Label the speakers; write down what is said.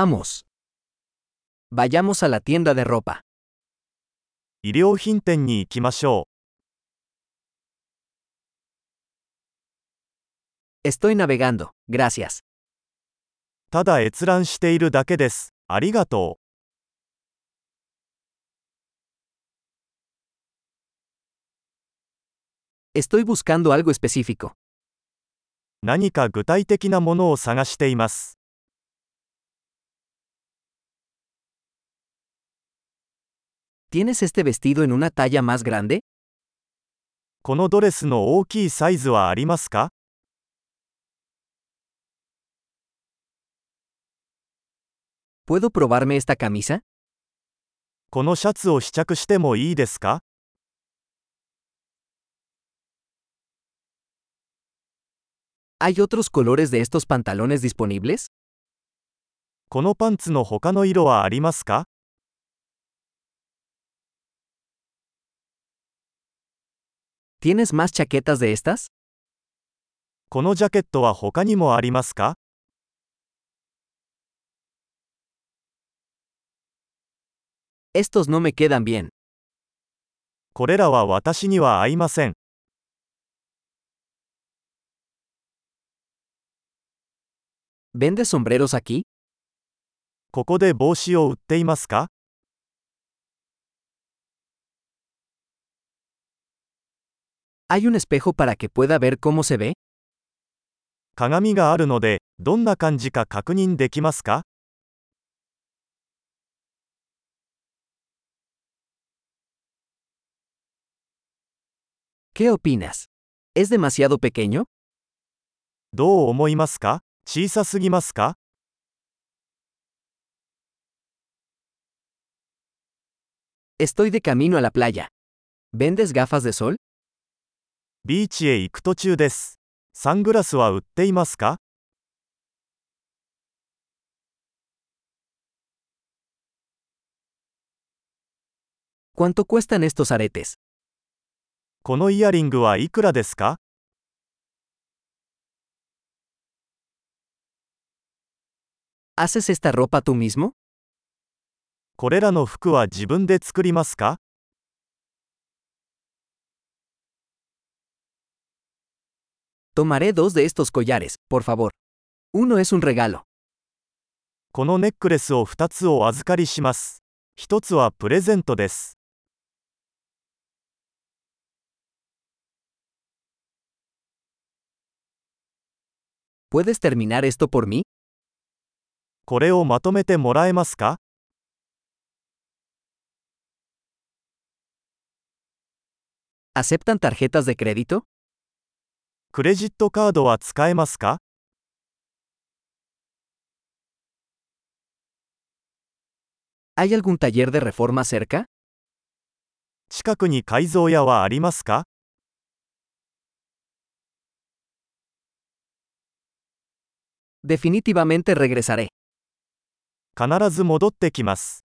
Speaker 1: Vamos. Vayamos a la tienda de ropa.
Speaker 2: 衣料品店に行きましょ
Speaker 1: Estoy navegando, gracias.
Speaker 2: う。ただ閲覧しているだけです。ありがと
Speaker 1: Estoy buscando algo específico.
Speaker 2: う。何か具体的なものを探しています。
Speaker 1: ¿Tienes este vestido en una talla más grande?
Speaker 2: このドレスの大きいサイズはありますか
Speaker 1: ¿Puedo probarme esta camisa?
Speaker 2: このシャツを試着してもいいですか
Speaker 1: ¿Hay otros colores de estos pantalones disponibles?
Speaker 2: このパンツの他の色はありますか
Speaker 1: ¿Tienes más chaquetas de estas?
Speaker 2: このジャケットは他にもありますか
Speaker 1: Estos no me quedan bien.
Speaker 2: これらは私には合いません。
Speaker 1: ¿Vendes sombreros aquí?
Speaker 2: ここで帽子を売っていますか
Speaker 1: ¿Hay un espejo para que pueda ver cómo se ve?
Speaker 2: 鏡があるので、どんな感じか確認できますか
Speaker 1: ¿Qué opinas? ¿Es demasiado pequeño?
Speaker 2: どう思いますか小さすぎますか
Speaker 1: Estoy de camino a la playa. ¿Vendes gafas de sol?
Speaker 2: ビーチへ行く途中です。サングラスは売っていますか
Speaker 1: ¿Cuánto cuestan estos aretes?
Speaker 2: このイヤリングはいくらですか
Speaker 1: ¿Haces esta ropa tú mismo?
Speaker 2: これらの服は自分で作りますか
Speaker 1: Tomaré dos de estos collares, por favor. Uno es un regalo.
Speaker 2: このネックレスを2つお預かりします。1つはプレゼントです。
Speaker 1: ¿Puedes terminar esto por mí?
Speaker 2: これをまとめてもらえますか
Speaker 1: ¿Aceptan tarjetas de crédito?
Speaker 2: クレジットカードは使えますか
Speaker 1: ¿Hay algún taller de reforma cerca?
Speaker 2: 近くに改造屋はありますか
Speaker 1: Definitivamente regresaré.
Speaker 2: 必ず戻ってきます。